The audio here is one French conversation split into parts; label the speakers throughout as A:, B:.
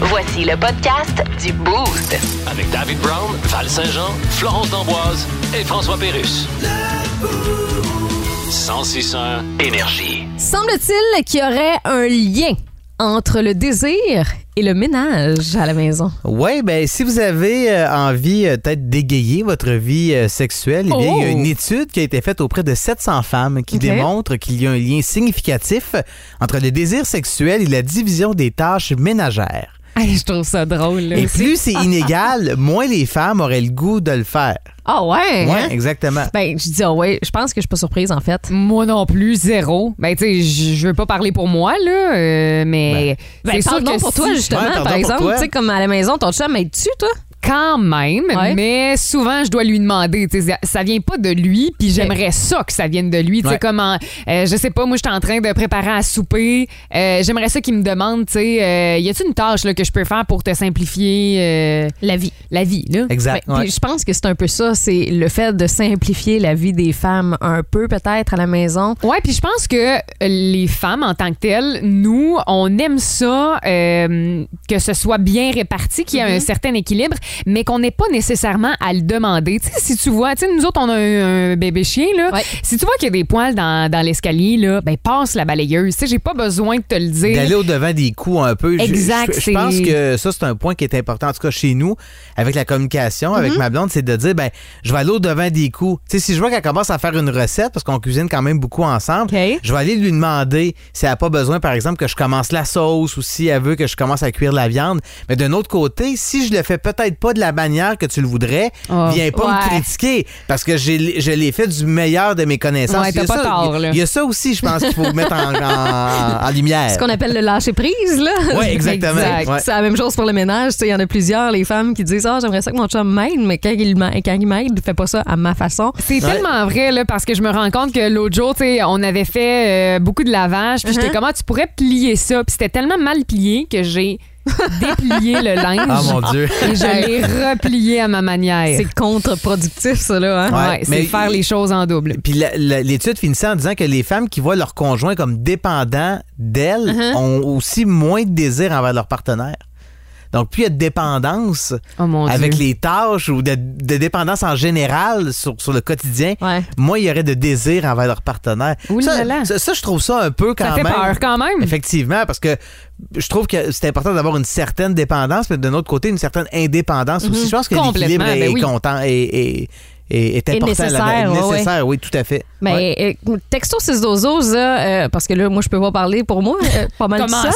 A: Voici le podcast du Boost.
B: Avec David Brown, Val Saint-Jean, Florence D'Amboise et François Pérus. 1061 Énergie.
C: Semble-t-il qu'il y aurait un lien entre le désir et le ménage à la maison.
D: Oui, ben si vous avez euh, envie euh, peut-être d'égayer votre vie euh, sexuelle, eh bien, il y a
C: Oh!
D: une étude qui a été faite auprès de 700 femmes qui
C: Ok.
D: démontre qu'il y a un lien significatif entre le désir sexuel et la division des tâches ménagères.
C: Hey, je trouve ça drôle. là,
D: Et
C: aussi.
D: plus c'est inégal, moins les femmes auraient le goût de le faire.
C: Ah ouais?
D: Oui,
C: hein?
D: exactement.
C: Ben, je dis, ah ouais, je pense que je suis pas surprise en fait.
E: Moi non plus, zéro. Ben, tu sais, je je veux pas parler pour moi, là, euh, mais
C: C'est
E: c'est sûr que
C: Ben, pour
E: si-
C: toi, justement,
D: Ouais, pardon
C: par
D: pour
C: exemple.
D: toi.
C: Tu sais, comme à la maison, ton chum est dessus, toi?
E: quand même,
C: Ouais.
E: mais souvent, je dois lui demander. tu sais, Ça, ça vient pas de lui, puis j'aimerais ça que ça vienne de lui. tu sais
D: Ouais.
E: Comme en- euh, je sais pas, moi, je suis en train de préparer à souper. euh, j'aimerais ça qu'il me demande, tu sais, euh, y a-t-il une tâche là, que je peux faire pour te simplifier euh,
C: La vie.
E: la vie, là?
D: Exact.
C: Ben,
D: ouais.
C: puis je pense que c'est un peu ça, c'est le fait de simplifier la vie des femmes un peu peut-être à la maison.
E: Ouais, puis je pense que euh, les femmes en tant que telles, nous, on aime ça euh, que ce soit bien réparti, qu'il y ait
D: Mm-hmm.
E: un certain équilibre, mais qu'on n'ait pas nécessairement à le demander. Tu sais, si tu vois, tu sais, nous autres, on a un, un bébé chien là.
C: Ouais.
E: Si tu vois qu'il y a des poils dans, dans l'escalier là, ben passe la balayeuse. Tu sais, j'ai pas besoin de te le dire.
D: D'aller au-devant des coups un peu. Je-
E: Exact,
D: Je, je
E: c'est-
D: pense que ça, c'est un point qui est important, en tout cas chez nous, avec la communication,
E: Mhm.
D: avec ma blonde, c'est de dire, ben, je vais aller au-devant des coups. Tu sais, si je vois qu'elle commence à faire une recette, parce qu'on cuisine quand même beaucoup ensemble,
E: Ok.
D: je vais aller lui demander si elle n'a pas besoin, par exemple, que je commence la sauce ou si elle veut que je commence à cuire la viande. Mais d'un autre côté, si je le fais peut-être pas de la manière que tu le voudrais,
E: Oh,
D: viens pas me
E: ouais.
D: critiquer, parce que j'ai- je l'ai fait du meilleur de mes connaissances.
E: Ouais,
D: Il y a
E: t'as pas
D: ça-
E: tort, là.
D: Il y a ça aussi, je pense, qu'il faut mettre en, en- en lumière.
C: Ce qu'on appelle le lâcher prise, là.
D: Ouais, exactement.
C: Exact.
D: Ouais.
C: C'est la même chose pour le ménage. Tu sais, Il y en a plusieurs, les femmes qui disent Ah, j'aimerais ça que mon chum m'aide, mais quand il m'a- quand il m'aide, fais pas ça à ma façon.
E: C'est tellement vrai, là, parce que je me rends compte que l'autre jour, tu sais, on avait fait euh, beaucoup de lavage, puis
D: Uh-huh.
E: j'étais comment tu pourrais plier ça? Puis c'était tellement mal plié que j'ai déplié le linge.
D: Ah mon Dieu.
E: Et je l'ai replié à ma manière.
C: C'est contre-productif, ça, là. hein?
D: Ouais,
E: Ouais,
D: mais-
E: c'est faire les choses en double.
D: Puis la- la- l'étude finissait en disant que les femmes qui voient leur conjoint comme dépendant d'elles ont aussi moins de désir envers leur partenaire. Donc, plus il y a de dépendance
E: Oh mon Dieu.
D: avec les tâches ou de, de dépendance en général sur, sur le quotidien,
C: Ouais.
D: moins il y aurait de désir envers leur partenaire.
E: Ouh là
D: Ça,
E: là.
D: ça, ça, je trouve ça un peu quand
E: Ça fait
D: même.
E: peur quand
C: Hmm.
E: même.
D: Effectivement, parce que je trouve que c'est important d'avoir une certaine dépendance, mais d'un autre côté, une certaine indépendance
C: Mhm.
D: aussi. Je pense que
E: Complètement,
D: l'équilibre est,
E: ben oui.
D: content et, et- et- est
C: Et
D: important. à la-
C: nécessaire, ouais, ouais.
D: nécessaire, oui, tout à fait. Ouais.
C: Mais euh, texto 6 parce que là, moi, je peux pas parler pour moi, euh, pas mal tout
E: Comment
C: seul.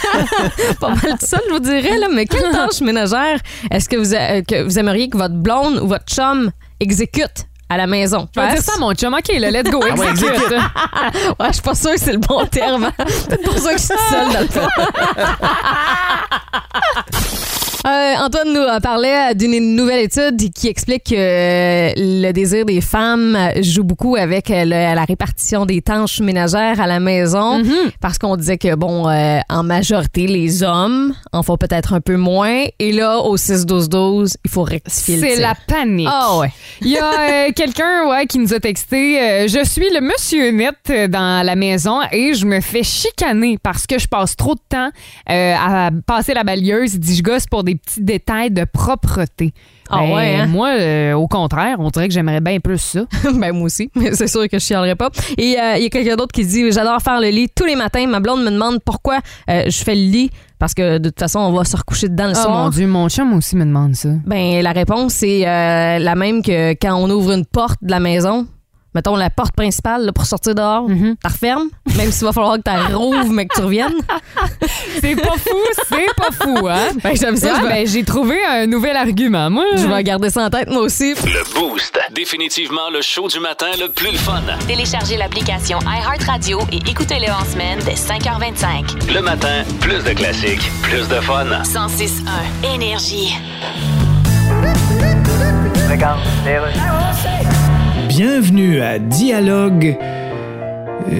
E: ça?
C: pas mal tout seul, je vous dirais, là. Mais quelle tâche ménagère est-ce que vous, euh, que vous aimeriez que votre blonde ou votre chum exécute à la maison?
E: Je vais dire ça à mon chum. OK, là, let's go.
D: Ah ouais,
E: exécute.
D: exécute.
C: Ouais, je suis pas sûre que c'est le bon terme. hein. C'est pour ça que je suis seule dans le fond. Euh, Antoine nous a parlé d'une nouvelle étude qui explique que euh, le désir des femmes joue beaucoup avec euh, le- la répartition des tâches ménagères à la maison
E: Mm-hmm.
C: parce qu'on disait que bon euh, en majorité les hommes en font peut-être un peu moins et là au 6 12 12 il faut rectifier le
E: C'est
C: tir.
E: la panique.
C: Ah ouais.
E: Il y a euh, quelqu'un ouais, qui nous a texté euh, Je suis le monsieur net euh, dans la maison et je me fais chicaner parce que je passe trop de temps euh, à passer la balieuse. Il dit Je gosse pour des petits détails de propreté.
C: Ah
E: Ben,
C: ouais, hein?
E: Moi, euh, au contraire, on dirait que j'aimerais bien plus ça.
C: ben moi aussi, mais c'est sûr que je chialerai pas. Et euh, il y a quelqu'un d'autre qui dit j'adore faire le lit tous les matins. Ma blonde me demande pourquoi euh, je fais le lit parce que de toute façon on va se recoucher dedans le
E: Oh
C: soir.
E: mon Dieu, mon chum aussi me demande ça.
C: Ben la réponse c'est euh, la même que quand on ouvre une porte de la maison. Mettons la porte principale là, pour sortir dehors,
E: Mhm.
C: t'as refermes, même s'il va falloir que t'as rouvres mais que tu reviennes.
E: C'est pas fou, c'est pas fou, hein?
C: Ben j'aime ça.
E: Ah,
C: je, vais,
E: ben, j'ai trouvé un nouvel argument, moi.
C: je vais garder ça en tête moi aussi.
B: Le Boost. Définitivement le show du matin le plus le fun.
A: Téléchargez l'application iHeartRadio et écoutez-le en semaine dès 5h25.
B: Le matin, plus de classiques, plus de fun.
A: 106.1 Énergie.
F: Bienvenue à Dialogue. euh,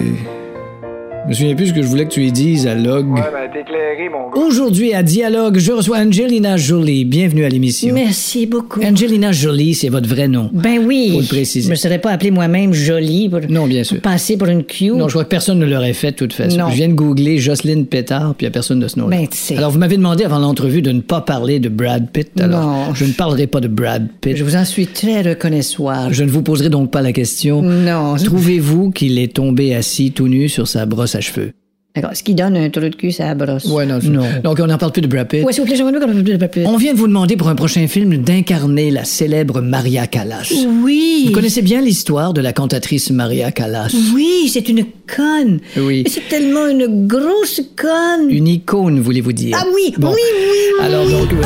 F: Je me souviens plus ce que je voulais que tu lui dises à Log.
G: Ouais, ben, t'es éclairé, mon gars.
F: Aujourd'hui à Dialogue, je reçois Angelina Jolie. Bienvenue à l'émission.
H: Merci beaucoup.
F: Angelina Jolie, c'est votre vrai nom.
H: Ben oui.
F: Faut le préciser.
H: Je me serais pas appelé moi-même jolie pour
F: Non, bien sûr.
H: passer pour une Q.
F: Non, je crois que personne ne l'aurait fait de toute façon.
H: Non.
F: Je viens de googler Jocelyne Pétard, puis il n'y a personne de ce nom-là.
H: Ben, tu sais.
F: Alors, vous m'avez demandé avant l'entrevue de ne pas parler de Brad Pitt. Alors,
H: Non.
F: je ne parlerai pas de Brad Pitt.
H: Je vous en suis très reconnaissable.
F: Je ne vous poserai donc pas la question.
H: Non.
F: Trouvez-vous qu'il est tombé assis tout nu sur sa brosse à cheveux?
H: D'accord. Ce qui donne un trou de cul, ça brosse.
F: Ouais, non, Donc, on n'en parle plus de Brad Pitt.
H: Ouais, s'il vous plaît, j'aimerais mieux qu'on ne parle plus.
F: On vient de vous demander pour un prochain film d'incarner la célèbre Maria Callas.
H: Oui.
F: Vous connaissez bien l'histoire de la cantatrice Maria Callas.
H: Oui, c'est une conne.
F: Oui.
H: Mais C'est tellement une grosse conne.
F: Une icône, voulez-vous dire.
H: Ah oui,
F: Bon.
H: oui, oui, oui.
F: Alors donc, euh,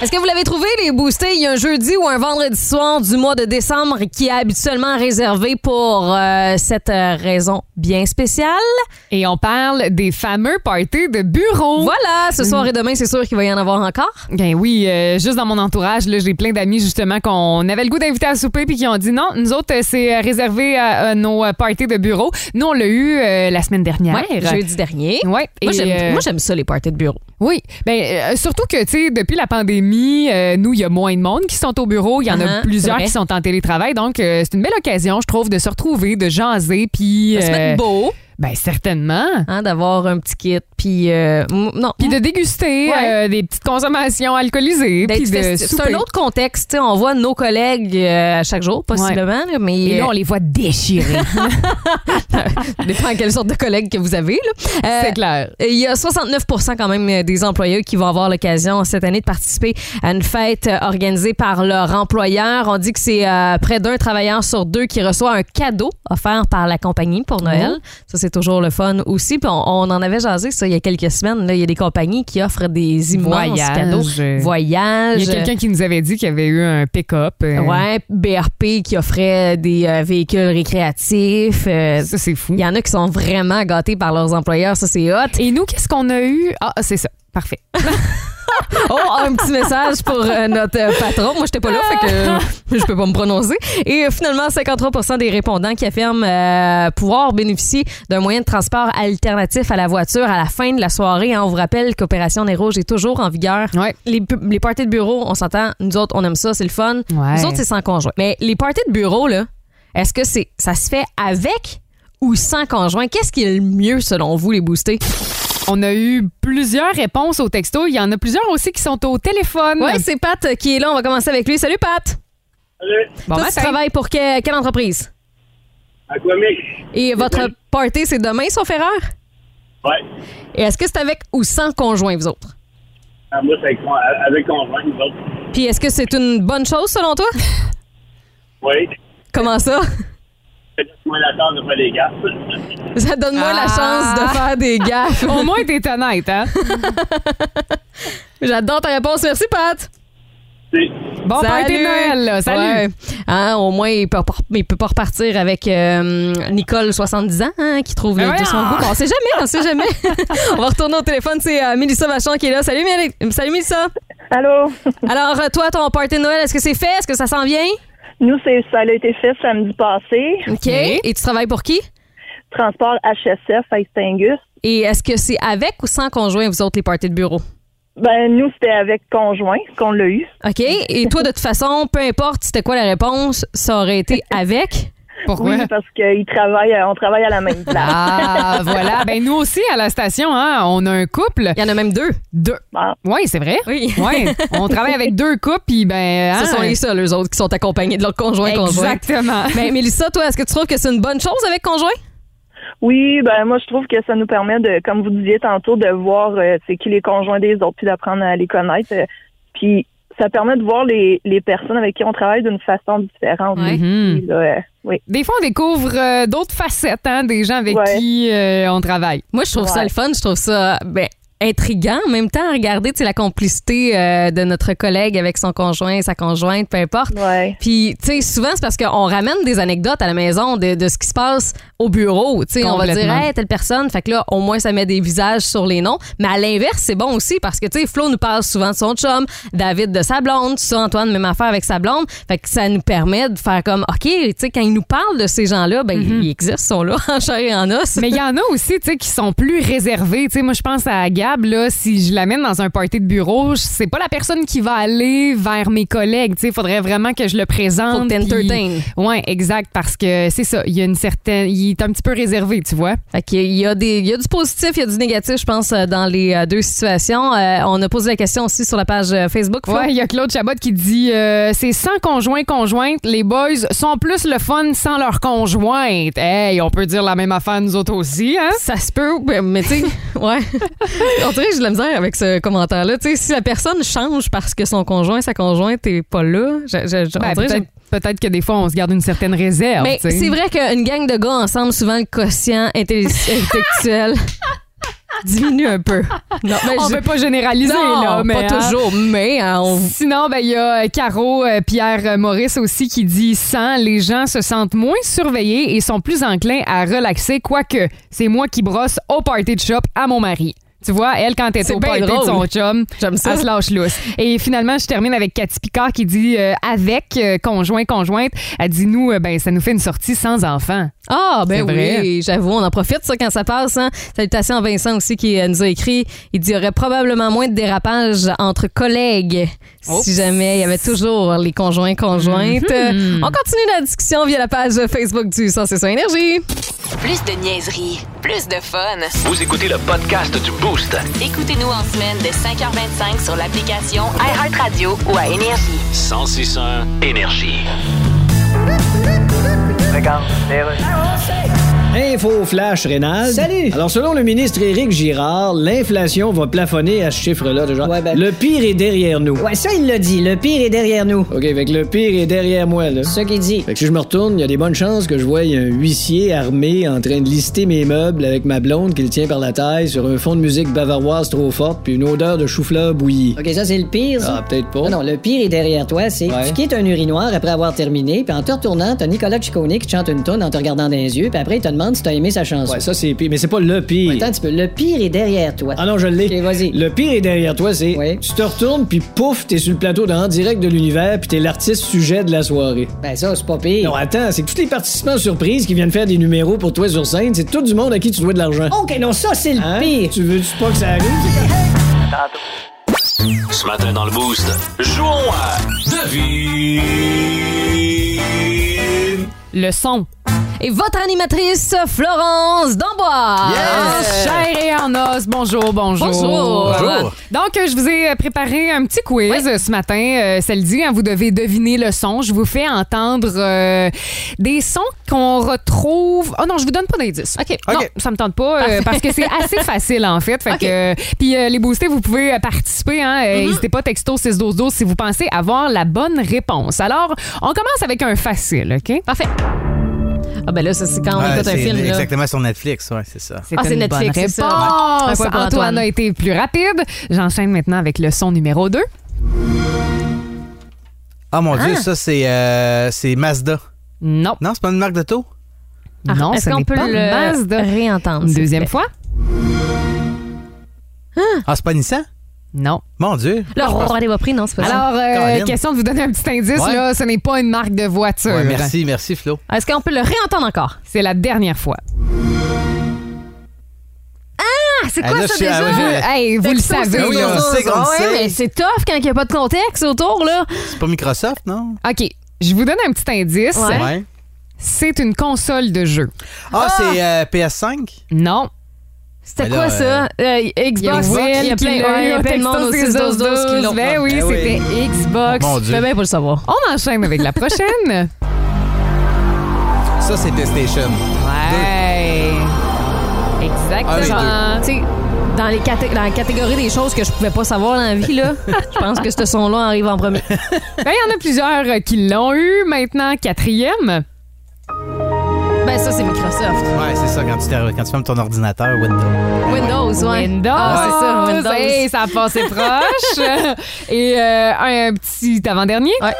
C: Est-ce que vous l'avez trouvé, les boostés? Il y a un jeudi ou un vendredi soir du mois de décembre qui est habituellement réservé pour euh, cette euh, raison bien spéciale.
E: Et on parle des fameux parties de bureau.
C: Voilà,
E: Mm.
C: ce soir et demain, c'est sûr qu'il va y en avoir encore.
E: Ben oui, euh, juste dans mon entourage, là, j'ai plein d'amis justement qu'on avait le goût d'inviter à souper puis qui ont dit non, nous autres euh, c'est euh, réservé à, euh, nos euh, parties de bureau. Nous on l'a eu euh, la semaine dernière.
C: Ouais, jeudi dernier.
E: Ouais,
C: Moi,
E: et,
C: j'aime-
E: euh,
C: moi, j'aime ça, les parties de bureau.
E: Oui, ben euh, surtout que tu sais depuis la pandémie, euh, nous il y a moins de monde qui sont au bureau, il y en
C: Uh-huh,
E: a plusieurs
C: c'est vrai.
E: qui sont en télétravail, donc euh, c'est une belle occasion, je trouve, de se retrouver, de jaser, puis
C: Ça se met
E: euh,
C: beau,
E: ben certainement.
C: hein, d'avoir un petit kit, puis... euh, m- non,
E: Puis de déguster
C: Ouais.
E: euh, des petites consommations alcoolisées,
C: d'être
E: puis de
C: festif. c'est
E: souper.
C: un autre contexte. tu sais, On voit nos collègues euh, à chaque jour, possiblement, là, mais... euh,
E: Et là, on les voit déchirés.
C: dépend quelle sorte de collègues que vous avez. là. Euh,
E: c'est clair.
C: Il y a 69 quand même euh, des employés qui vont avoir l'occasion cette année de participer à une fête euh, organisée par leur employeur. On dit que c'est euh, près d'un travailleur sur deux qui reçoit un cadeau offert par la compagnie pour Noël.
E: Mhm.
C: Ça, c'est toujours le fun aussi. Puis on, on en avait jasé ça il y a quelques semaines. là. Il y a des compagnies qui offrent des immenses
E: Voyages.
C: cadeaux. Voyages.
E: Il y a quelqu'un qui nous avait dit qu'il y avait eu un pick-up. euh,
C: Ouais, BRP qui offrait des euh, véhicules récréatifs. euh,
E: Ça, c'est fou.
C: il y en a qui sont vraiment gâtés par leurs employeurs. Ça, c'est hot.
E: Et nous, qu'est-ce qu'on a eu? Ah, c'est ça. Parfait.
C: Oh, un petit message pour euh, notre euh, patron. Moi, j'étais pas là, fait que euh, je peux pas me prononcer. Et euh, finalement, 53 des répondants qui affirment euh, pouvoir bénéficier d'un moyen de transport alternatif à la voiture à la fin de la soirée. hein. On vous rappelle qu'Opération Nez Rouge est toujours en vigueur.
E: Ouais.
C: Les, pu- les parties de bureau, on s'entend, nous autres, on aime ça, c'est le fun.
E: Ouais.
C: Nous autres, c'est sans conjoint. Mais les parties de bureau, là, est-ce que c'est ça se fait avec ou sans conjoint? Qu'est-ce qui est le mieux selon vous, les boostés?
E: On a eu plusieurs réponses au texto. Il y en a plusieurs aussi qui sont au téléphone.
C: Ouais, c'est Pat qui est là. On va commencer avec lui. Salut, Pat!
E: Bon ben,
C: Toi, tu
E: matin.
C: travailles pour que- quelle entreprise?
I: Aquamix.
C: Et votre party, c'est demain, sauf erreur?
I: Ouais.
C: Et est-ce que c'est avec ou sans conjoint, vous autres?
I: Ah, Moi, c'est avec, con- avec conjoint, nous autres.
C: Puis est-ce que c'est une bonne chose, selon toi?
I: Oui.
C: Comment ça?
I: Peut-être moins la chance de faire des gaffes.
C: Ça donne moins la
E: Ah!
C: chance de faire des gaffes.
E: Au moins, t'es honnête, hein?
C: J'adore ta réponse. Merci, Pat!
I: C'est-
E: Bon
C: Salut!
E: party de Noël, là. Salut!
C: Ouais. Hein, au moins, il peut, pas- il peut pas repartir avec euh, Nicole, 70 ans, hein, qui trouve
E: Ah ouais,
C: de son
E: ah!
C: goût. Bon, on sait jamais, on sait jamais. on va retourner au téléphone. C'est euh, Mélissa Vachon qui est là. Salut, Méli- Salut Mélissa!
J: Allô?
C: Alors, euh, toi, ton party de Noël, est-ce que c'est fait? Est-ce que ça s'en vient?
J: Nous, c'est, ça a été fait samedi passé.
C: OK. Et tu travailles pour qui?
J: Transport HSF à Extingus.
C: Et est-ce que c'est avec ou sans conjoint, vous autres, les parties de bureau?
J: Ben, nous, c'était avec conjoint qu'on l'a eu.
C: OK? Et toi, de toute façon, peu importe c'était quoi la réponse, ça aurait été avec.
E: Pourquoi?
J: Oui, parce qu'on travaille, on travaille à la même place.
E: Ah, voilà. Ben, nous aussi, à la station, hein, on a un couple.
C: Il y en a même deux.
E: Deux.
J: Bon.
E: Oui, c'est vrai.
C: Oui.
E: Ouais. On travaille avec deux couples, puis ben. hein,
C: Ce sont les seuls, eux autres, qui sont accompagnés de leur conjoint conjoint.
E: Exactement.
C: Mais Mélissa, toi, est-ce que tu trouves que c'est une bonne chose avec conjoint?
J: Oui, ben, moi, je trouve que ça nous permet de, comme vous disiez tantôt, de voir euh, c'est qui les conjoints des autres, puis d'apprendre à les connaître. euh, puis ça permet de voir les, les personnes avec qui on travaille d'une façon différente.
C: Ouais.
E: Mhm.
J: aussi, là, euh, oui.
E: Des fois, on découvre euh, d'autres facettes hein, des gens avec
J: Ouais.
E: qui euh, on travaille.
C: Moi, je trouve ça
J: Ouais.
C: le fun. Je trouve ça, ben, intriguant en même temps à regarder tu sais, la complicité euh, de notre collègue avec son conjoint, sa conjointe, peu importe.
J: Ouais.
C: Puis, tu sais, souvent, c'est parce qu'on ramène des anecdotes à la maison de, de ce qui se passe au bureau. Tu sais, on va dire,
E: Complètement.
C: hey, telle personne. Fait que là, au moins, ça met des visages sur les noms. Mais à l'inverse, c'est bon aussi parce que, tu sais, Flo nous parle souvent de son chum, David de sa blonde, ça, Antoine, même affaire avec sa blonde. Fait que ça nous permet de faire comme, OK, tu sais, quand il nous parle de ces gens-là, ben, ils existent, ils sont là, en chair et en os.
E: Mhm. Mais il y en a aussi, tu sais, qui sont plus réservés. Tu sais, moi, je pense à Gab, là, si je l'amène dans un party de bureau, je- c'est pas la personne qui va aller vers mes collègues. Tu sais, faudrait vraiment que je le présente.
C: Faut que t'entertaines.
E: puis- Ouais, exact, parce que c'est ça. Il y a une certaine. Il est un petit peu réservé, tu vois.
C: Fait qu'il y a des, il y a du positif, il y a du négatif, je pense, euh, dans les euh, deux situations. Euh, on a posé la question aussi sur la page euh, Facebook. Flo.
E: Ouais, il y a Claude Chabot qui dit euh, c'est sans conjoint conjointe, les boys sont plus le fun sans leur conjointe. Hey, on peut dire la même affaire nous autres aussi, hein?
C: Ça se peut, mais- mais tu sais, ouais. On dirait que j'ai de la misère avec ce commentaire-là. Tu sais, si la personne change parce que son conjoint, sa conjointe est pas là, je, je- je- on
E: Ben,
C: dirait que j'ai-
E: peut-être peut-être que des fois, on se garde une certaine réserve.
C: Mais
E: tu sais.
C: c'est vrai qu'une gang de gars ensemble, souvent le quotient intelli- intellectuel diminue un peu. Non, mais
E: On
C: je-
E: veut pas généraliser,
C: Non,
E: là, mais.
C: pas
E: hein.
C: toujours, mais hein, on-
E: Sinon, ben, il y a euh, Caro, euh, Pierre euh, Maurice aussi qui dit sans, les gens se sentent moins surveillés et sont plus enclins à relaxer, quoique c'est moi qui brosse au party de shop à mon mari. Tu vois, elle, quand elle est
C: C'est
E: au
C: bien
E: party de
C: drôle.
E: son chum,
C: J'aime ça.
E: elle se lâche lousse. Et finalement, je termine avec Cathy Picard qui dit euh, avec euh, conjoint, conjointe, elle dit nous, euh, ben, ça nous fait une sortie sans enfant.
C: Ah, ben
E: C'est vrai.
C: oui, j'avoue, on en profite, ça, quand ça passe. Hein? Salutations à Vincent aussi qui euh, nous a écrit. Il dit il y aurait probablement moins de dérapages entre collègues si jamais il y avait toujours les conjoints conjointes.
E: Mm-hmm.
C: Euh, On continue la discussion via la page Facebook du Sens et son énergie.
A: Plus de niaiserie, plus de fun.
B: Vous écoutez le podcast du Boost.
A: Écoutez-nous en semaine de 5h25 sur l'application iHeartRadio ou à Énergie.
B: 1061 Énergie.
G: Info flash rénal.
F: Salut!
G: Alors, selon le ministre Éric Girard, l'inflation va plafonner à ce chiffre-là déjà.
F: Ouais, ben-
G: Le pire est derrière nous.
F: Ouais, ça, il l'a dit. Le pire est derrière nous.
G: OK, fait que le pire est derrière moi, là.
F: C'est ça qu'il dit.
G: Fait que si je me retourne, il y a des bonnes chances que je voie un huissier armé en train de lister mes meubles avec ma blonde qui le tient par la taille sur un fond de musique bavaroise trop forte puis une odeur de chou-fleur bouilli.
F: OK, ça, c'est le pire, ça.
G: Ah, peut-être pas.
F: Non, non, le pire est derrière toi, c'est
G: Ouais.
F: tu quittes un urinoir après avoir terminé, puis en te retournant, t'as Nicolas Ciccone qui te chante une tonne en te regardant dans les yeux, puis après, il te demande si t'as aimé sa chanson.
G: Ouais, ça c'est pire, mais c'est pas le pire.
F: Attends un petit peu, le pire est derrière toi.
G: Ah non, je l'ai.
F: Ok, vas-y.
G: Le pire est derrière toi, c'est
F: Oui.
G: tu te retournes puis pouf, t'es sur le plateau de en direct de l'univers puis t'es l'artiste sujet de la soirée.
F: Ben ça, c'est pas pire.
G: Non, attends, c'est que tous les participants surprises qui viennent faire des numéros pour toi sur scène, c'est tout du monde à qui tu dois de l'argent.
F: OK, non, ça, c'est le
G: Hein?
F: pire.
G: Tu veux-tu pas que ça arrive?
B: Ce matin dans le Boost, jouons à Devine.
E: Le son.
C: Et votre animatrice, Florence Dambois.
E: En chair et en os. Bonjour, bonjour.
C: Ah. Bonjour.
D: Bonjour.
E: Donc, euh, je vous ai préparé un petit quiz euh, ce matin. Euh, ça le dit, hein, vous devez deviner le son. Je vous fais entendre euh, des sons qu'on retrouve. Oh non, je vous donne pas d'indices. OK. Non,
D: OK.
E: ça me tente pas euh, parce que c'est assez facile, en fait. Fait que, euh, Puis, euh, les boostés, vous pouvez euh, participer. hein.
C: Mm-hmm.
E: Euh, N'hésitez pas, texto 612 si vous pensez avoir la bonne réponse. Alors, on commence avec un facile, OK?
C: Parfait. Ah, ben là, ça, c'est quand on
D: Ah,
C: écoute un
D: c'est
C: film. Là.
D: Exactement sur Netflix, ouais, c'est ça.
C: Ah, c'est
E: une
C: Netflix,
E: bonne
C: c'est ça. Ouais.
E: réponse.
C: Un point pour
E: Antoine.
C: Antoine.
E: a été plus rapide. J'enchaîne maintenant avec le son numéro 2.
D: Ah mon Dieu, ça c'est euh, c'est Mazda.
E: Non.
D: Non, c'est pas une marque d'auto?
C: Ah,
E: non,
C: Est-ce
E: ce
C: qu'on
E: n'est
C: peut
E: pas
C: le
E: Mazda.
C: réentendre?
E: Une
C: s'il
E: deuxième
C: vous
E: fois?
D: Ah, c'est pas Nissan?
E: Non.
D: Mon Dieu.
C: plaît? Le roi des prix, non, c'est pas ça.
E: Alors, euh,
D: Caroline.
E: question de vous donner un petit indice,
D: Ouais.
E: là, ce n'est pas une marque de voiture.
D: Ouais, merci, merci Flo.
C: Ah, Est-ce qu'on peut le réentendre encore?
E: C'est la dernière fois.
C: Ah, c'est
D: Ah, quoi là, ça je suis- déjà? ah, ouais,
E: Hey, vous le
C: Texto,
E: savez.
D: Ah oui,
E: là.
D: on le sait, on le
C: Ouais,
D: sait.
C: mais c'est tough quand il n'y a pas de contexte autour, là.
D: C'est pas Microsoft, non?
E: OK, je vous donne un petit indice.
C: Ouais.
E: C'est une console de jeu.
D: Ah, c'est euh, PS5?
E: Non.
C: C'était
D: Mais
C: quoi
D: là,
C: ça? Euh, Xbox,
E: Will
C: il y a
E: qui
C: plein,
E: l'a
C: ouais, il y
E: eu
C: a
E: au
C: plein de monde
E: texto
C: aussi, 12-12 qui
E: 612.
C: l'ont.
E: Ben oui,
D: Ben oui. Oh,
E: c'était Xbox.
D: Mon
C: Je
D: Dieu.
C: fais bien pour le savoir.
E: On enchaîne avec la prochaine.
D: Ça, c'est PlayStation.
E: Ouais. Exactement.
C: Tu sais, dans, les catég- dans la catégorie des choses que je pouvais pas savoir dans la vie, là, je pense que ce son-là arrive en premier.
E: Ben, Il y en a plusieurs euh, qui l'ont eu. Maintenant, quatrième.
C: Ben, Ouais, ça, c'est Microsoft.
D: Ouais, c'est ça, quand tu, t'arrives- quand tu fermes ton ordinateur, Windows.
C: Windows, ouais.
E: Windows,
C: Ah, c'est ça, Windows.
E: Hey, Ben, ça a passé proche. Et euh, un, un petit avant-dernier.
C: Ouais.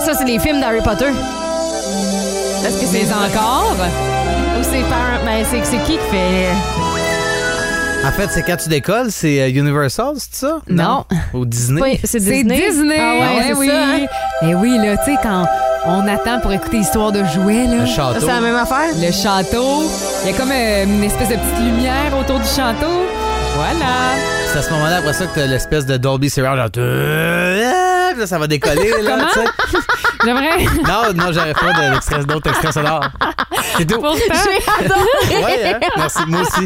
C: Ça, c'est les films d'Harry Potter. Est-ce que
E: Mais
C: c'est
E: encore.
C: Ou c'est par... ben, c'est c'est qui qui fait... euh,
D: En fait, c'est quand tu décolles, c'est euh, Universal, c'est ça?
E: Non.
D: Au Disney.
C: Oui, c'est
E: C'est
C: Disney.
E: Disney.
C: Ah ouais,
E: Ben
C: c'est
E: oui.
C: ça, hein?
E: Ben oui, là, tu sais, quand on attend pour écouter Histoire de jouets, là.
D: Le château.
C: C'est la même affaire?
E: Le château. Il y a comme euh, une espèce de petite lumière autour du château. Voilà.
D: C'est à ce moment-là, après ça, que t'as l'espèce de Dolby Surround. Genre... Puis Là, ça va décoller, là, tu sais.
E: J'aimerais.
D: Non, non, j'aurais pas de- d'extrait- d'autres extraits sonores. C'est tout.
E: Pourtant,
D: Ouais, hein? Merci, moi aussi.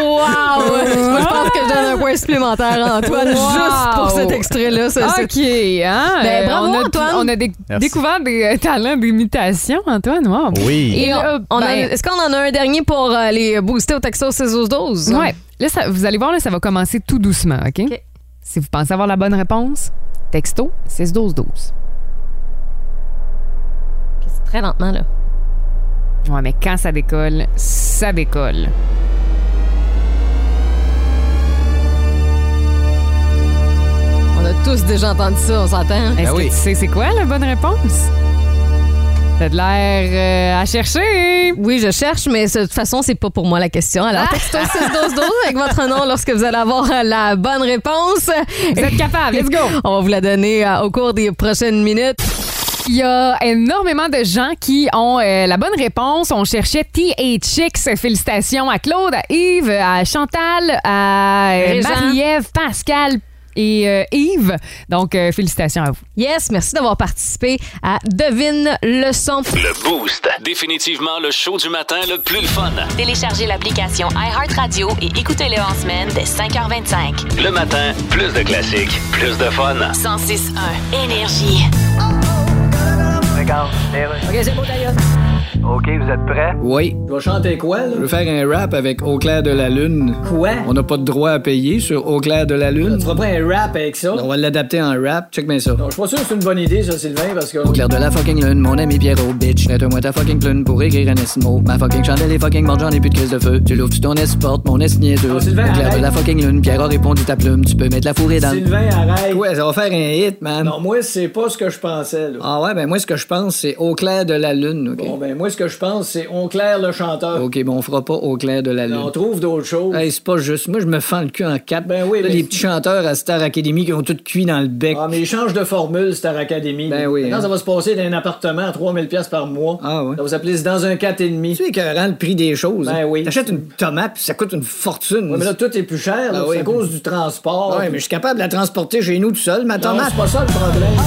C: Wow! Je pense que je donne un point supplémentaire à Antoine
E: Wow!
C: juste pour cet extrait-là. Ça, c'est-
E: OK, hein?
C: Ben,
E: euh,
C: bravo,
E: on a,
C: Antoine.
E: On a dé-
D: Merci.
E: découvert des euh, talents d'imitation, Antoine. Wow.
D: Oui.
E: Et
C: Et euh,
E: là,
C: on- on a-
E: ben-
C: Est-ce qu'on en a un dernier pour euh, les booster au Texas 16 12
E: Ouais. Là, ça- vous allez voir, là, ça va commencer tout doucement, OK?
C: OK.
E: Si vous pensez avoir la bonne réponse, texto 6-12-12.
C: C'est très lentement, là.
E: Ouais, mais quand ça décolle, ça décolle.
C: On a tous déjà entendu ça, on s'entend.
E: Est-ce
D: Ben
E: que
D: oui.
E: tu sais c'est quoi la bonne réponse? T'as de l'air euh, à chercher.
C: Oui, je cherche, mais de toute façon, c'est pas pour moi la question. Alors, texto 6 12 12 avec votre nom lorsque vous allez avoir euh, la bonne réponse.
E: Vous êtes capable, let's go!
C: On va vous la donner euh, au cours des prochaines minutes.
E: Il y a énormément de gens qui ont euh, la bonne réponse. On cherchait THX. Félicitations à Claude, à Yves, à Chantal, à euh,
C: Régent.
E: Marie-Ève, Pascal et euh, Yves. Donc, euh, félicitations à vous.
C: Yes, merci d'avoir participé à Devine le son.
B: Le Boost. Définitivement le show du matin le plus le fun.
A: Téléchargez l'application iHeartRadio et écoutez-le en semaine dès 5h25.
B: Le matin, plus de classiques, plus de fun.
A: 106.1 Énergie.
G: Oui. Je vais chanter quoi, là? Je vais faire un rap avec Au clair de la lune.
F: Quoi?
G: On n'a pas de droit à payer sur Au clair de la lune.
F: Tu feras pas un rap avec ça?
G: On va l'adapter en rap. Check bien ça.
F: Non, je suis pas sûr que c'est une bonne idée, ça, Sylvain, parce que.
G: Au clair de la fucking lune, mon ami Pierrot, bitch. Mette-moi ta fucking plume pour écrire un esmo. Ma fucking chandelle est fucking morte, j'en ai plus de crise de feu. Tu l'ouvres, tu ton porte, mon es niaiseux.
F: Non,
G: Au
F: Sylvain,
G: clair de
F: arrête.
G: la fucking lune, Pierrot répondit ta plume. Tu peux mettre la fourrée dans le-
F: Sylvain, arrête.
G: Ouais, ça va faire un hit, man.
F: Non, moi, c'est pas ce que je pensais, là.
G: Ah ouais, ben moi, ce que je pense, c'est Au clair de la lune, OK?
F: Bon, ben, moi, ce que je pense, c'est On claire le chanteur.
G: OK, bon, on fera pas Au clair de la lune.
F: On trouve d'autres choses.
G: Hey, c'est pas juste. Moi, je me fends le cul en quatre.
F: Ben oui,
G: Là,
F: mais-
G: les petits chanteurs à Star Academy qui ont tout cuit dans le bec.
F: Ah, mais ils changent de formule, Star Academy.
G: Ben oui,
F: Maintenant,
G: hein.
F: ça va se passer d'un appartement à 3000 pièces par mois.
G: Ah ouais.
F: Ça va s'appeler C'est dans un 4,5.
G: Tu sais écœurant le prix des choses.
F: Ben
G: hein.
F: oui.
G: T'achètes une tomate, puis ça coûte une fortune.
F: Ouais, mais là, tout est plus cher, là,
G: Ben
F: c'est
G: oui.
F: à cause du transport.
G: Ouais, mais je suis capable de la transporter chez nous tout seul, ma
F: Non,
G: tomate.
F: c'est pas ça le problème.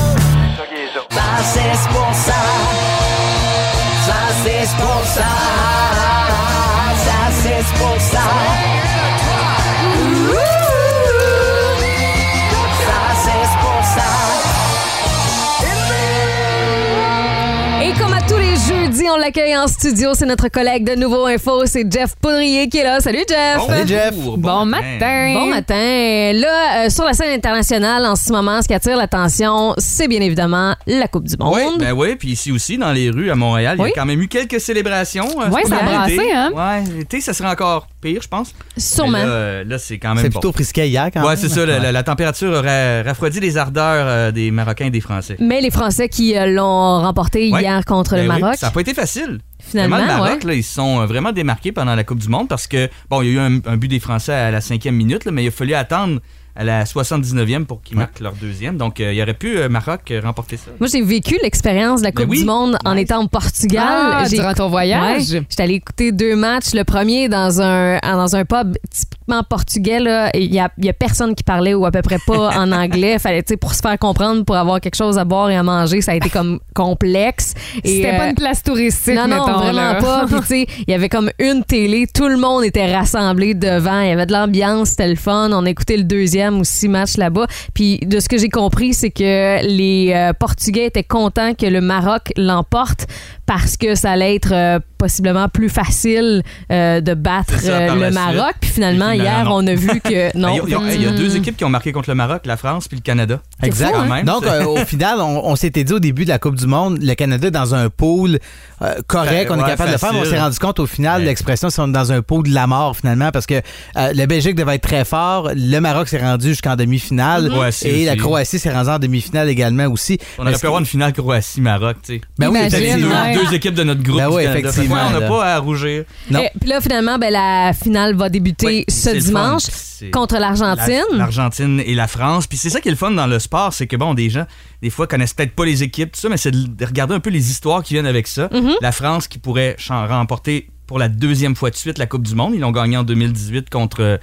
C: Et comme à tous les jeudis, on l'accueille en studio. C'est notre collègue de Nouveau Info, c'est Jeff Poudrier qui est là. Salut Jeff!
D: Hey, Jeff.
E: Bon matin!
C: Ah, Bon matin. Là, euh, sur la scène internationale en ce moment, ce qui attire l'attention, c'est bien évidemment la Coupe du Monde.
K: Oui, ben oui, puis ici aussi, dans les rues à Montréal, il
C: Oui.
K: y a quand même eu quelques célébrations. euh,
E: Ouais,
K: c'est
E: ça a
K: pas mal
E: brassé,
K: l'été.
E: hein?
K: Ouais, l'été, ça serait encore pire, je pense.
C: Sûrement.
K: Mais Là, euh, là, c'est quand même
D: C'est
K: bon.
D: plutôt frisquet hier, quand
K: Ouais,
D: même.
K: c'est ça, la, la- la température aurait raffroidi les ardeurs euh, des Marocains et des Français.
C: Mais les Français qui euh, l'ont remporté
K: Ouais.
C: hier contre le
K: Ben oui,
C: Maroc,
K: puis ça n'a pas été facile.
C: finalement,
K: Vraiment, le Maroc,
C: ouais.
K: là, ils se sont euh, vraiment démarqués pendant la Coupe du Monde parce que, bon, il y a eu un, un but des Français à la cinquième minute, là, mais il a fallu attendre à la 79e pour qu'ils marquent leur deuxième. Donc, euh, il aurait pu, euh, Maroc, euh, remporter ça.
C: Moi, j'ai vécu l'expérience de la
K: Ben
C: Coupe
K: oui.
C: du Monde en étant au Portugal.
E: Ah,
C: J'ai-
E: durant ton voyage?
C: Ouais. J'étais allée écouter deux matchs. Le premier dans un, dans un pub typiquement portugais. là. Il n'y a, il y a personne qui parlait ou à peu près pas en anglais. Fallait, tu sais, pour se faire comprendre, pour avoir quelque chose à boire et à manger, ça a été comme complexe. Et,
E: C'était pas
C: euh,
E: une place touristique,
C: non, non,
E: mettons,
C: vraiment
E: là.
C: pas. Puis, tu sais, il y avait comme une télé, tout le monde était rassemblé devant. Il y avait de l'ambiance, c'était le fun. On écoutait le deuxième ou six matchs là-bas. Puis, de ce que j'ai compris, c'est que les euh, Portugais étaient contents que le Maroc l'emporte parce que ça allait être euh, possiblement plus facile euh, de battre
K: C'est ça,
C: euh,
K: par
C: le
K: la suite.
C: Maroc. Puis finalement,
K: Puis
C: hier,
K: finalement, non.
C: on a vu que non. hum.
K: Ben, Il y a- il y, a deux équipes qui ont marqué contre le Maroc, la France puis le Canada.
D: Exact.
K: Quand même,
D: Donc,
K: c'est-
D: euh, au final, on, on s'était dit au début de la Coupe du Monde, le Canada est dans un pôle euh, correct,
K: Ouais,
D: on est capable de
K: facile.
D: faire. mais On s'est rendu compte au final, l'expression, c'est on est dans un pôle de la mort finalement, parce que euh, le Belgique devait être très fort, le Maroc s'est rendu jusqu'en demi-finale,
K: Croatie
D: et la
K: aussi.
D: Croatie s'est rendue en demi-finale également aussi.
K: on aurait
D: Parce
K: pu avoir une finale Croatie-Maroc, tu sais.
D: Ben oui,
K: C'était les deux,
D: effectivement.
K: deux équipes de notre groupe.
D: Ben
K: du
D: oui,
K: Canada. Fait que, ouais,
D: effectivement,
K: on n'a
D: là.
K: pas à rougir.
C: Et puis là, finalement, ben, la finale va débuter ce
K: c'est le fun.
C: dimanche
K: C'est-
C: contre
K: La-
C: l'Argentine.
K: L'Argentine et la France. Puis c'est ça qui est le fun dans le sport, c'est que bon, des gens, des fois, connaissent peut-être pas les équipes, tout ça, mais c'est de de regarder un peu les histoires qui viennent avec ça.
C: Mhm.
K: La France qui pourrait chan- remporter pour la deuxième fois de suite la Coupe du Monde. Ils l'ont gagné en 2018 contre euh,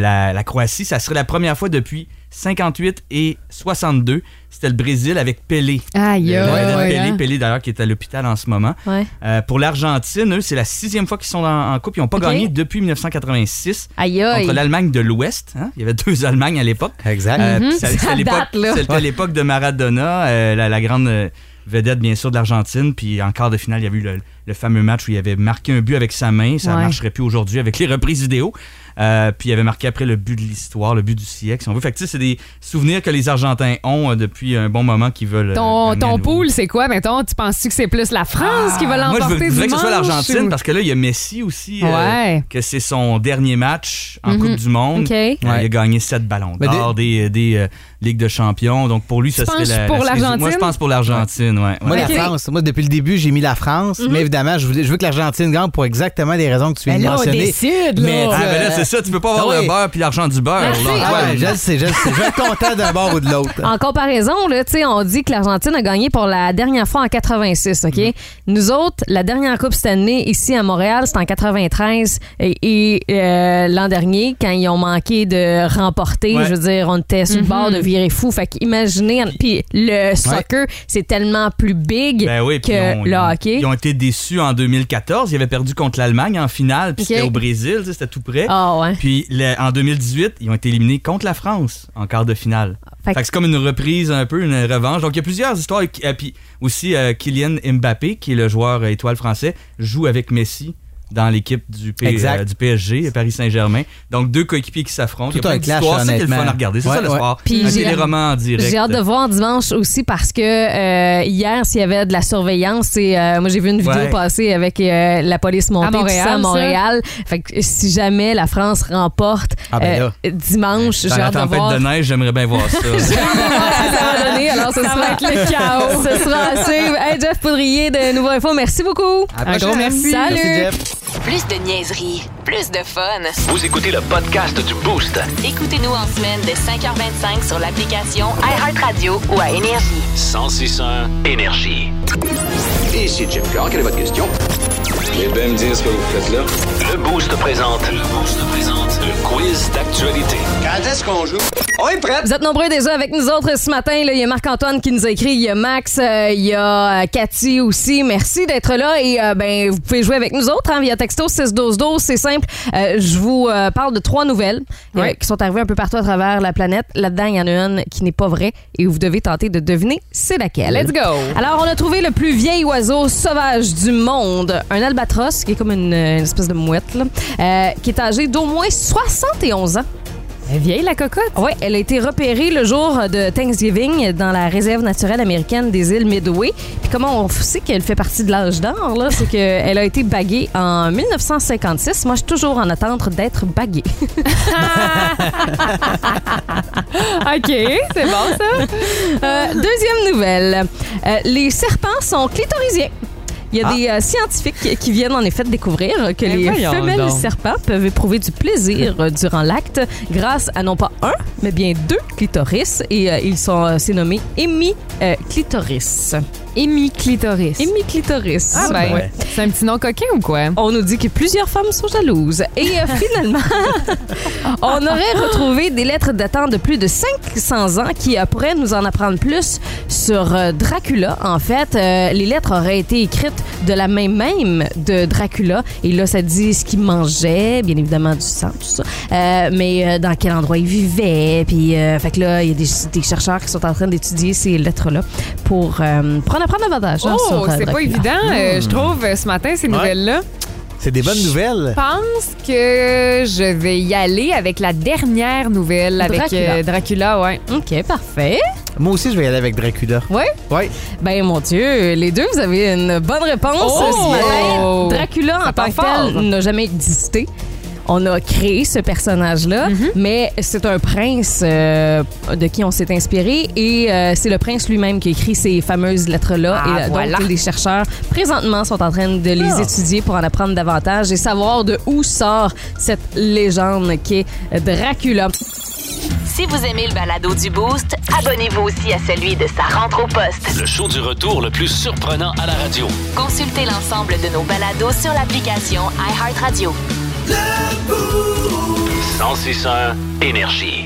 K: la, la Croatie. Ça serait la première fois depuis 58 et 62. C'était le Brésil avec Pelé.
E: Aïe, aïe,
K: Le- le-
E: aïe, hein.
K: Pelé,
E: aïe.
K: Pelé d'ailleurs qui est à l'hôpital en ce moment.
C: hein. Ouais.
K: Euh, pour l'Argentine, eux, c'est la sixième fois qu'ils sont en, en Coupe. Ils n'ont pas
C: Ok.
K: gagné depuis 1986
C: Aïe, aïe.
K: contre l'Allemagne de l'Ouest. hein. Il y avait deux Allemagnes à l'époque. Euh,
D: Exact.
C: Mhm. Ça
K: C'était l'époque-
C: date, là.
K: c'était l'époque de Maradona, euh, la, la grande euh, vedette, bien sûr, de l'Argentine. Puis en quart de finale, il y avait eu le, le fameux match où il avait marqué un but avec sa main. Ça ne
E: Ouais.
K: marcherait plus aujourd'hui avec les reprises vidéo. Euh, puis il avait marqué après le but de l'histoire, le but du siècle, si on veut. Fait que tu sais, c'est des souvenirs que les Argentins ont euh, depuis un bon moment qu'ils veulent. euh,
E: Ton,
K: gagner à
E: ton
K: nouveau.
E: pool, c'est quoi, mettons? Tu penses-tu que c'est plus la France qui va
K: Ah, Moi,
E: l'emporter
K: je veux- je voudrais que ce soit
E: dimanche,
K: l'Argentine
E: ou-
K: parce que là, il y a Messi aussi, euh,
E: Ouais.
K: que c'est son dernier match en
E: Mhm.
K: Coupe du Monde.
E: Ok.
K: Euh, il a
E: Ouais.
K: gagné sept ballons
E: Mais
K: d'or, des, des, euh, Ligues de champions. Donc pour lui,
E: Tu
K: ça serait
E: penses
K: la,
E: pour
K: la-
E: l'Argentine?
K: Moi, je pense pour l'Argentine, ouais.
D: Moi,
K: ouais.
D: la France. Moi, depuis le début, j'ai mis la France, mais évidemment, je, voulais- je veux que l'Argentine gagne pour exactement les raisons que tu viens
K: Mais
D: de
K: Mhm. Ben là, on
D: mentionner.
K: décide, là.
D: tu-
K: Ah, ben là, c'est ça, tu peux pas avoir
D: Ah
K: le
D: oui.
K: beurre puis l'argent du beurre, Merci. là.
D: Ah ouais, je le sais, je le sais. Je vais être content d'un bord ou de l'autre.
K: Ah,
C: En comparaison, là, tu sais, on dit que l'Argentine a gagné pour la dernière fois en 86, OK? Nous autres, la dernière Coupe cette année, ici à Montréal, c'est en 93. Et, et, euh, l'an dernier, quand ils ont manqué de remporter,
E: Ouais.
C: je veux dire, on était sur le
E: Mhm.
C: bord de virer fou. Fait qu'imaginez... Puis le soccer, c'est tellement plus big
K: Ben oui, puis
C: que
K: ils ont-
C: le
K: ils-
C: hockey.
K: Ils ont été déçus en 2014. Ils avaient perdu contre l'Allemagne en finale, puis
C: Ok.
K: c'était au Brésil, tu sais, c'était tout près.
C: Ah ouais.
K: Puis le- en 2018, ils ont été éliminés contre la France en quart de finale.
C: Fait
K: Fait,
C: que-
K: que c'est comme une reprise, un peu une revanche. Donc il y a plusieurs histoires. Et puis aussi, euh, Kylian Mbappé, qui est le joueur euh, étoile français, joue avec Messi dans l'équipe du, P-
D: Exact.
K: euh, du PSG, Paris Saint-Germain. Donc deux coéquipiers qui s'affrontent.
D: Tout
K: Il y a
D: un
K: plein
D: clash,
K: d'histoires. C'est ça qui est le
D: honnêtement.
K: fun à regarder. C'est
D: Ouais,
K: ça le
D: ouais.
K: sport.
C: Puis
K: un
C: j'ai-
K: téléroman en direct.
C: J'ai hâte de voir dimanche aussi parce que euh, hier, s'il y avait de la surveillance, c'est euh, moi j'ai vu une vidéo
E: Ouais.
C: passer avec euh, la police montée
E: À
C: tout
E: Montréal,
C: ça, à
E: ça.
C: Montréal. Fait que si jamais la France remporte
K: Ah, ben là. Ben,
C: euh, dimanche, j'ai
K: Dans la
C: hâte de
K: tempête
C: voir.
K: de neige, j'aimerais bien voir ça.
C: ça va donner, alors ce
E: Ça
C: sera
E: va être le chaos.
C: Ce sera à suivre. Hey, Jeff Poudrier de Nouveau Info, merci beaucoup.
A: À la Un gros prochaine. merci.
C: Salut.
A: Merci, Jeff. Plus de niaiserie, plus de fun.
B: Vous écoutez le podcast du Boost.
A: Écoutez-nous en semaine de 5h25 sur l'application iHeartRadio ou à Énergie.
B: 1061 Énergie.
L: Ici Jim Carr, quelle est votre question? Eh bien, me dire ce que vous faites là.
B: Le Boost présente. Le Boost présente. Le quiz d'actualité.
L: Quand est-ce qu'on joue? On est prêt!
C: Vous êtes nombreux déjà avec nous autres ce matin. là. Il y a Marc-Antoine qui nous a écrit, il y a Max, euh, il y a euh, Cathy aussi. Merci d'être là et euh, ben vous pouvez jouer avec nous autres hein, via texto 61212. C'est simple. Euh, je vous euh, parle de trois nouvelles euh,
E: Ouais.
C: qui sont arrivées un peu partout à travers la planète. Là-dedans, il y en a une qui n'est pas vraie et vous devez tenter de deviner c'est laquelle.
E: Let's go.
C: Alors, on a trouvé le plus vieil oiseau sauvage du monde, un albatros qui est comme une, une espèce de mouette, là, euh, qui est âgé d'au moins 71 ans.
E: vieille, la cocotte?
C: Oui, elle a été repérée le jour de Thanksgiving dans la réserve naturelle américaine des îles Midway. Puis comment on sait qu'elle fait partie de l'âge d'or, là? C'est qu'elle a été baguée en 1956. Moi, je suis toujours en attente d'être baguée.
E: OK, c'est bon, ça.
C: Euh, deuxième nouvelle. Euh, les serpents sont clitorisiens. Il y a
E: Ah.
C: des euh, scientifiques qui viennent en effet de découvrir que
E: Mais
C: les
E: Eh voyons
C: femelles
E: donc.
C: serpents peuvent éprouver du plaisir euh, durant l'acte grâce à non pas un, mais bien deux clitoris et euh, ils sont euh, c'est nommé euh, hémiclitoris.
E: Hémiclitoris.
C: Hémiclitoris.
E: Ah ben, c'est un petit nom coquin ou quoi?
C: On nous dit que plusieurs femmes sont jalouses. Et euh, finalement, on aurait retrouvé des lettres datant de plus de 500 ans qui euh, pourraient nous en apprendre plus sur euh, Dracula. En fait, euh, les lettres auraient été écrites de la main même de Dracula. Et là, ça dit ce qu'il mangeait, bien évidemment du sang, tout ça. Euh, mais euh, dans quel endroit il vivait. Puis, euh, fait que là, il y a des, des chercheurs qui sont en train d'étudier ces lettres-là pour euh, prendre va prendre avantage. hein,
E: Oh,
C: sur, euh,
E: c'est pas
C: Dracula.
E: évident, euh,
C: Hmm.
E: je trouve, euh, ce matin, ces nouvelles-là.
D: C'est des bonnes
E: Je
D: nouvelles.
E: pense que je vais y aller avec la dernière nouvelle, avec
C: Dracula.
E: euh, Dracula, ouais.
C: OK, parfait.
D: Moi aussi, je vais y aller avec Dracula.
C: Oui?
D: Oui.
C: Ben, mon Dieu, les deux, vous avez une bonne réponse
E: Oh!
C: ce matin. Dracula,
E: Ça
C: en tant
E: part fort.
C: que tel, n'a jamais existé. On a créé ce personnage-là, mais c'est un prince euh, de qui on s'est inspiré et euh, c'est le prince lui-même qui écrit ces fameuses lettres-là.
E: Ah,
C: et euh,
E: voilà.
C: donc, les chercheurs, présentement, sont en train de les
E: Ah.
C: étudier pour en apprendre davantage et savoir de où sort cette légende qui est Dracula.
A: Si vous aimez le balado du Boost, abonnez-vous aussi à celui de sa rentre au poste.
B: Le show du retour le plus surprenant à la radio.
A: Consultez l'ensemble de nos balados sur l'application iHeartRadio.
B: 1061 Énergie.